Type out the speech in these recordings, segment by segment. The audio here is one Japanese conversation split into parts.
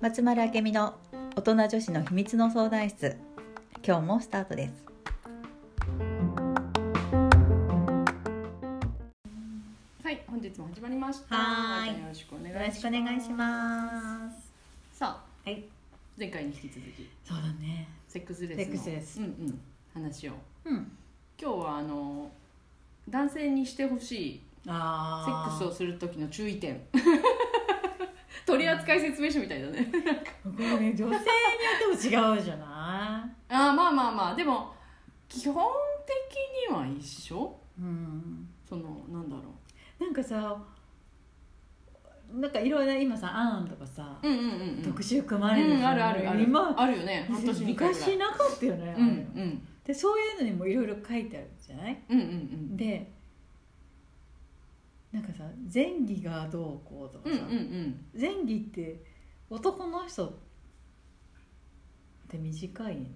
松丸明美の大人女子の秘密の相談室今日もスタートですはい、本日も始まりました。はーいよろしくお願いよろししくおます。願いしますさあ、はい前回に引き続き、そうだねセックスレスのセックスレスうんうん、話を。うん今日はあの男性にしてほしいセッあクスをする時の注意点。 取り扱い説明書みたいだね。これね女性によっても違うじゃなああ、まあまあまあ、でも基本的には一緒。いうんそのなんだろなんかさなんかいろいろ今さ「あん」とかさ、う。うんうんうんうん。特集組まれるうじん、ゃあんるあるある。今あるよね。半年に一回ぐらい昔。なかったよね、うんうんでそういうのにもいろいろ書いてあるじゃないうんうんうん。でなんかさ前儀がどうこうとうかんうさ、んうん。前儀って男の人って短い短い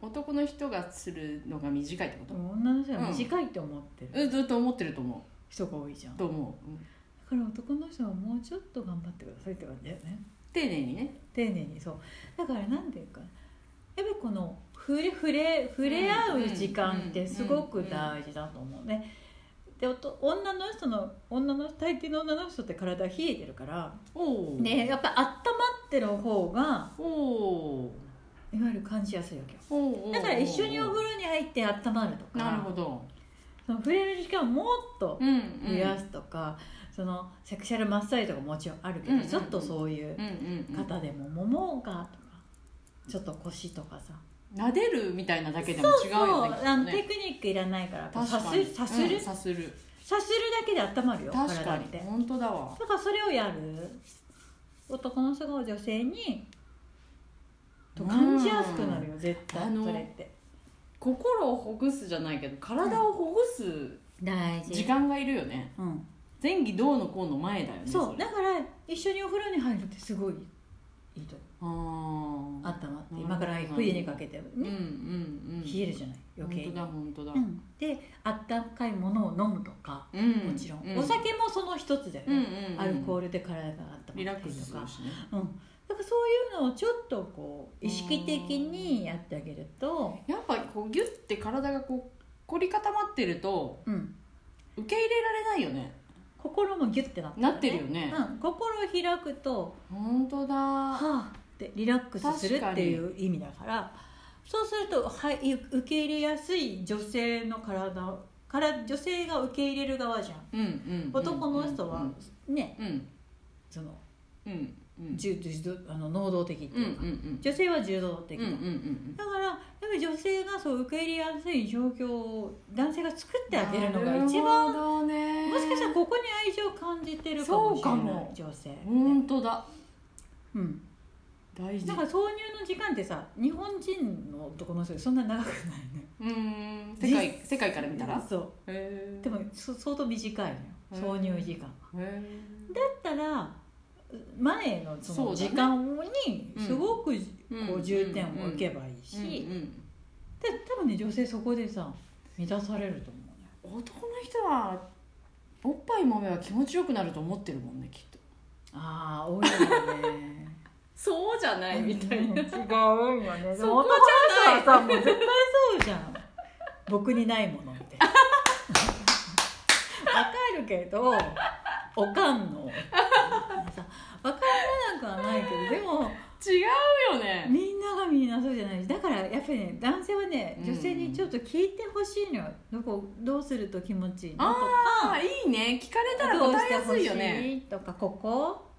男の人がするのが短いってこと、女の人は短いって思ってうるん、ずっと思ってると思人が多いじゃんうだと思う、うんから男の人はもうちょっと頑張ってくださいって感じだよね丁寧にね丁寧にそうだからなんていうかやっぱりこの触れ触れ触れ合う時間ってすごく大事だと思うねでおと女の人の女の大抵の女の人って体冷えてるからおお、ねやっぱり温まってる方がおおいわゆる感じやすいわけよおうおうだから一緒にお風呂に入って温まるとかなるほどその触れる時間をもっとうん、うん、増やすとか、そのセクシャルマッサージとかもちろんあるけど、うんうんうんちょっとそういううんうん、うん、方でもももがとかちょっと腰とかさ撫でるみたいなだけでも違うよねそうあのきテっクニックいらないからとねさ確かするにさする、うんさするさするだけで温まるよ確体かっにて本当だわだからそれをやる男の人が女性にと感じやすくなるよ、絶対あのそれって心をほぐすじゃないけど体をほぐす大時間がいるよねうん前儀どうのこうの前だよねそうれだあから一緒にお風呂に入るってすごいいいとーあったまってうん今から冬にかけてね、うんうんうん冷えるじゃない余計に本当だ本当だ、うん、であったかいものを飲むとか、うんもちろん、うお酒もその一つだようんうね、んうん、アルコールルで体が温まったりリとラかックスするしねうん、だからそういうのをちょっとこう意識的にやってあげると、やっぱこうギュッて体がこう凝り固まってるとうん、受け入れられないよね心もギュッてなってるなってるよねうん、心を開くと本当だはあってリラックスするっていう意味だからそうするとはい受け入れやすい女性の体から女性が受け入れる側じゃんうんうん男の人はねうんそのうんうん柔柔あの能動的ってうんうんういうか、ん女性は柔道う的んうんだ、うんだからやっぱり女性がそう受け入れやすい状況を男性が作ってあげるのが一番番ねもしかしたらここに愛情を感じてるかもしれないそうかも女性って、本当だうん、大事だから挿入の時間ってさ日本人の男の人でそんな長くないねうーん世界世界から見たらそへうーでもそ相当短いのよう挿ん入時間だへーったら前のそそのうだね時間にうんすごくこううん重点を置けばいいし、うんうんで多分ね女性そこでさ満たされると思うね男の人はおっぱい揉めば気持ちよくなると思ってるもんねきっとああ多いよ ねそうじゃなうん違うよねでもそこ男の人はさもう絶対そうじゃん僕にないものってわかるけどおかんのさわからなくはないけどでも違うよねみんながみんなそうじゃないしだからやっぱりね男性はね女性にちょっと聞いてほしいのよどこどうすると気持ちいいのとあかあいいね聞かれたらどう答しえてやほすしいよねいとかこここ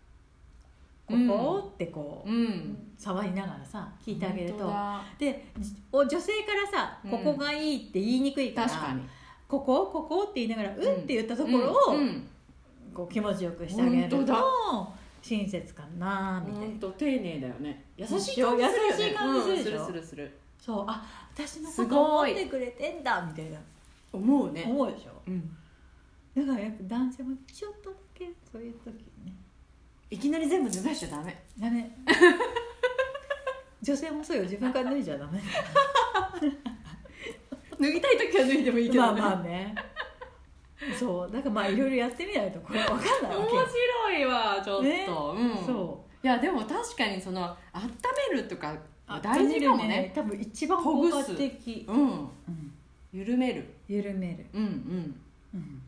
うんこってこううん触りながらさ聞いてあげると本当だでじお女性からさ「うんここがいい」って言いにくいから「確かにここここ」って言いながら「うん」って言ったところを、うんこう気持ちよくしてあげる本当だと親切かなうみたいな、んと丁寧だよね優しい感じするよね優しい感じするでしょうんするするするそうあ私のこすとご思いってくれてんだみたいな思うね思うでしょうんだからやっぱ男性もちょっとだけそういう時ねいきなり全部脱がしちゃダメダ メ女性もそうよ自分から脱いじ ゃダメ脱ぎたい時は脱いでもいまあまあねそうだからまあいろいろやってみないとこれ分かんないわ面けよ白いわちょっと、ねうんそいやでも確かにその温めるとかう大事かもね多分一番効果的、うんうん、緩める緩める、うんうんうん、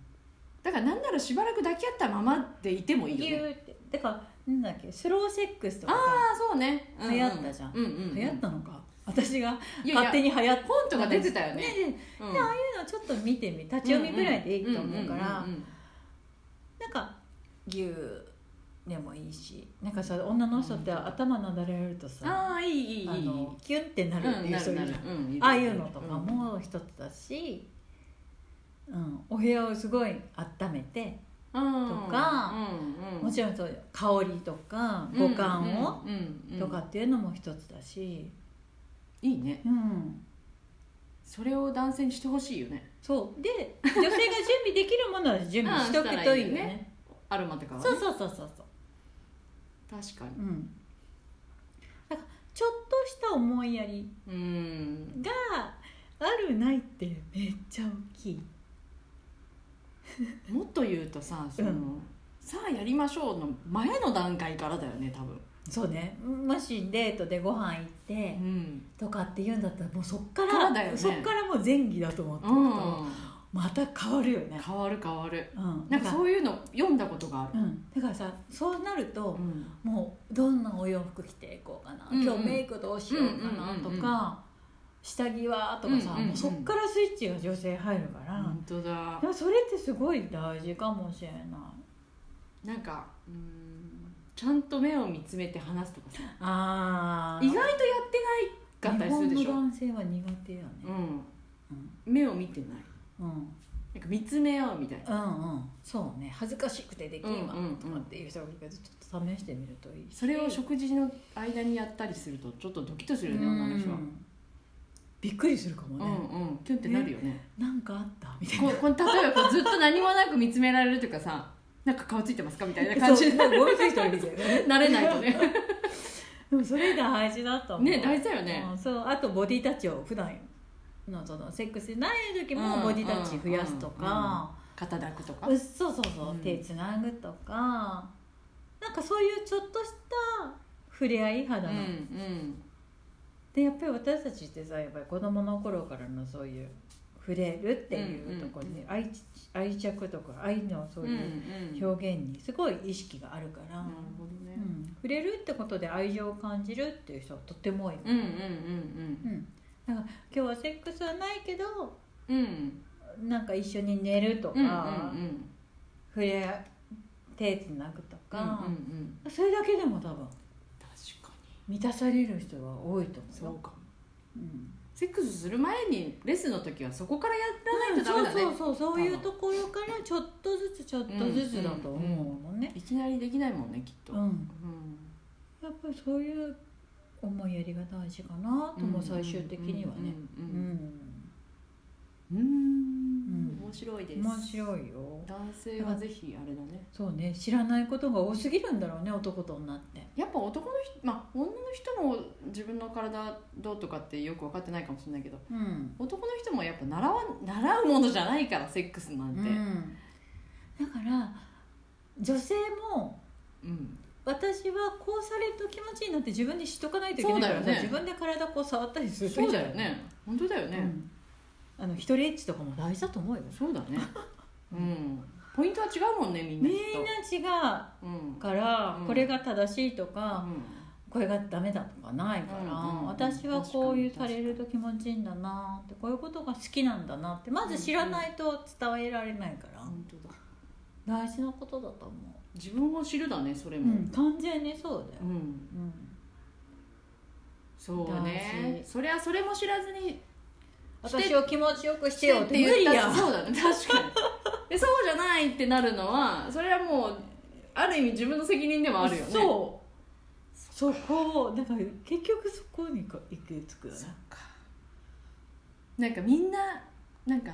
だからなんならしばらく抱き合ったままでいてもいいよ、ね、言うてだからなんだっけスローセックスとかあさあそうね、う流行ったじゃんうんうんうん、流行ったのか私がいや勝手いやに流行っ本とか出てたよたねねうんでああいうのちょっと見てみ立ち読みぐらいでいいと思うから、んんんんなんか牛でもいいしなんかさ女の人って頭なだれられるとさ、ああいいいいいいあのキュンってなるってうんいうな人るいなるるじゃんうんああいうのとかも一つだし、うん、お部屋をすごい温めてととかもちろんそうよ香りとか五感をとかっていうのも一つだし、いいねうん、それを男性にしてほしいよねそうで女性が準備できるものは準備しとくといいようんしたらいいよねアロマとかはねそうそうそうそうそう確かうんだからちょっとした思いやりにうんがあるないってめっちゃ大きいもっと言うとさその、うんさあやりましょうの前の段階からだよね多分そうねもしデートでご飯行ってうんとかって言うんだったらもうそっからからだよねそっからもう前儀だと思ってると、また変わるよね、変わる変わるうん、なんかうそういうの読んだことがあるうん、だからさそうなると、うんもうどんなお洋服着ていこうかな、うんうん今日メイクどうしようかなとか、うんうんうん下着はとかさ、うんうんうんもうそっからスイッチが女性入るから、本当だいやそれってすごい大事かもしれないなんかうんちゃんと目を見つめて話すとかさあ意外とやってないかったりするで日しょ本の男性は苦手やね、ううんん目を見てないうん、うんなんか見つめ合うみたいなうんそうね恥ずかしくてできんわうんうんうんとかっていう人がいるけどちょっと試してみるといいしそれを食事の間にやったりするとちょっとドキッとするよね女の人はうんびっくりするかもうね、んうんキュンってなるよねなんかあったみたいこうこう例えばこうずっと何もなく見つめられるというかさなんか顔ついてますかみたいなな感じにそうゴミついてるみたいなね慣れないとねでもそれ大事だと思うね大事だよねうんそうあとボディタッチを普段のそのセックスでない時うんもボディタッチ増やすとうんうんか、肩抱くとかうっそうそうそう、うん手つなぐとかなんかそういうちょっとした触れ合い肌うんうの、んでやっぱり私たちってさやっぱり子供の頃からのそういう触れるっていうところうんうんに愛,、愛着とか愛のそううんうんいうなる表現にすごい意識があるから、ほどうねん触れるってことで愛情を感じるっていう人はとっても多い、うんうんうん、だから今日はセックスはないけどうんうんうんなんか一緒に寝るとか、うんうん触れ手つなぐとうんうか。んうんそれだけでも多分確かに満たされる人は多いとそ思ううよかもうんセックスする前にレスの時はそこからやらないとダメだね、そうそうそうそういうところからちょっとずつちょっとずつだと思うのねいきなりできないもんねきっと、うん、うんやっぱりそういう思いやりが大事かなとも最終的にはねううんんうん、うんうん面白いです面白いよ男性はぜひあれだねそうね知らないことが多すぎるんだろうね男と女ってやっぱ男の人まあ女の人も自分の体どうとかってよく分かってないかもしれないけどうん、男の人もやっぱ習わ習うものじゃないからセックスなんて、だから女性もうん私はこうされると気持ちいいなって自分で知っとかないといけないからそうさ、だよね自分で体こう触ったりするといいそうじゃだなよいね本当だよね、うんあの一人エッチとかも大事だと思うよそうだねうんポイントは違うもんねみんなみんきっとな違ううんから、うんこれが正しいとか、うんこれがダメだとかないから、うんうん私はこういう確かさにれると気持ちいいんだなってこういうことが好きなんだなってまず知らないと伝えられないから、本当だ大事なことだと思自分を知るだねそれう、も、完全にそうだよう、んうんそうね大事そりゃそれも知らずにして私を気持ちよくしてよって無言っ理たやんそうだね 確かにでそうじゃないってなるのはそれはもうある意味自分の責任でもあるよねそうそこをだから結局そこに行き着くよねそっかなんかみんななんか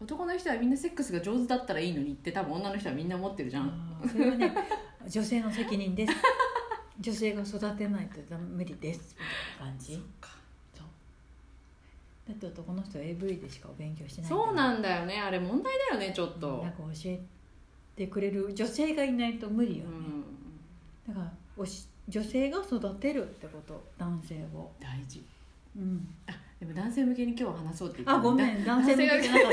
男の人はみんなセックスが上手だったらいいのにって多分女の人はみんな思ってるじゃん、あーそれはね 女性の責任です女性が育てないと無理ですみたいな感じだって男の人は AV でしかお勉強してないそうなんんだよねあれ問題だよねちょっだとなんか教えてくれる女性がいないと無理よね、だからおし女性が育てるってこと男性を、大事うん、あでも男性向けに今日は話そうって言ったあごめいん男性向けじゃなかっ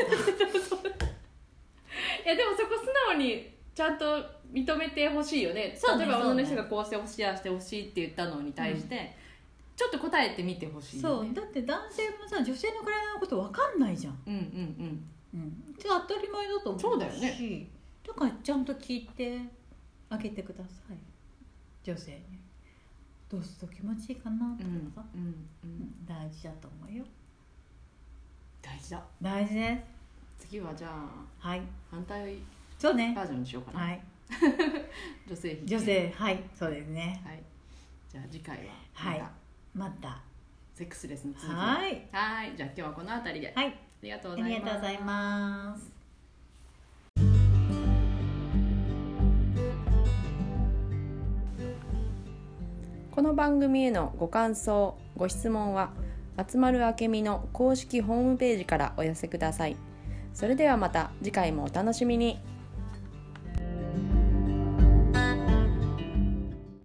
たやでもそこ素直にちゃんと認めてほしいよねそうね例えばそう女ねの人がこうしてほしいああしてほしいって言ったのに対して、ちょっと答えてみてほしいそよねうだって男性もさ女性の体のこと分かんないじゃん、うんうんうんうん、じゃあ当たり前だと思うしそうだよねだからちゃんと聞いてあげてください女性にどうすると気持ちいいかなとうかんさ、うんううんん大事だと思うよ大事だ大事です次はじゃあはい反対そうねバージョンにしようかな、はい女性必見女性はいそうですねはいじゃあ次回ははいまたまたセックスレスの続きははいはいじゃあ今日はこの辺りで、あはいりがとうあございますりがとうございますこの番組へのご感想ご質問は松丸あけみの公式ホームページからお寄せくださいそれではまた次回もお楽しみに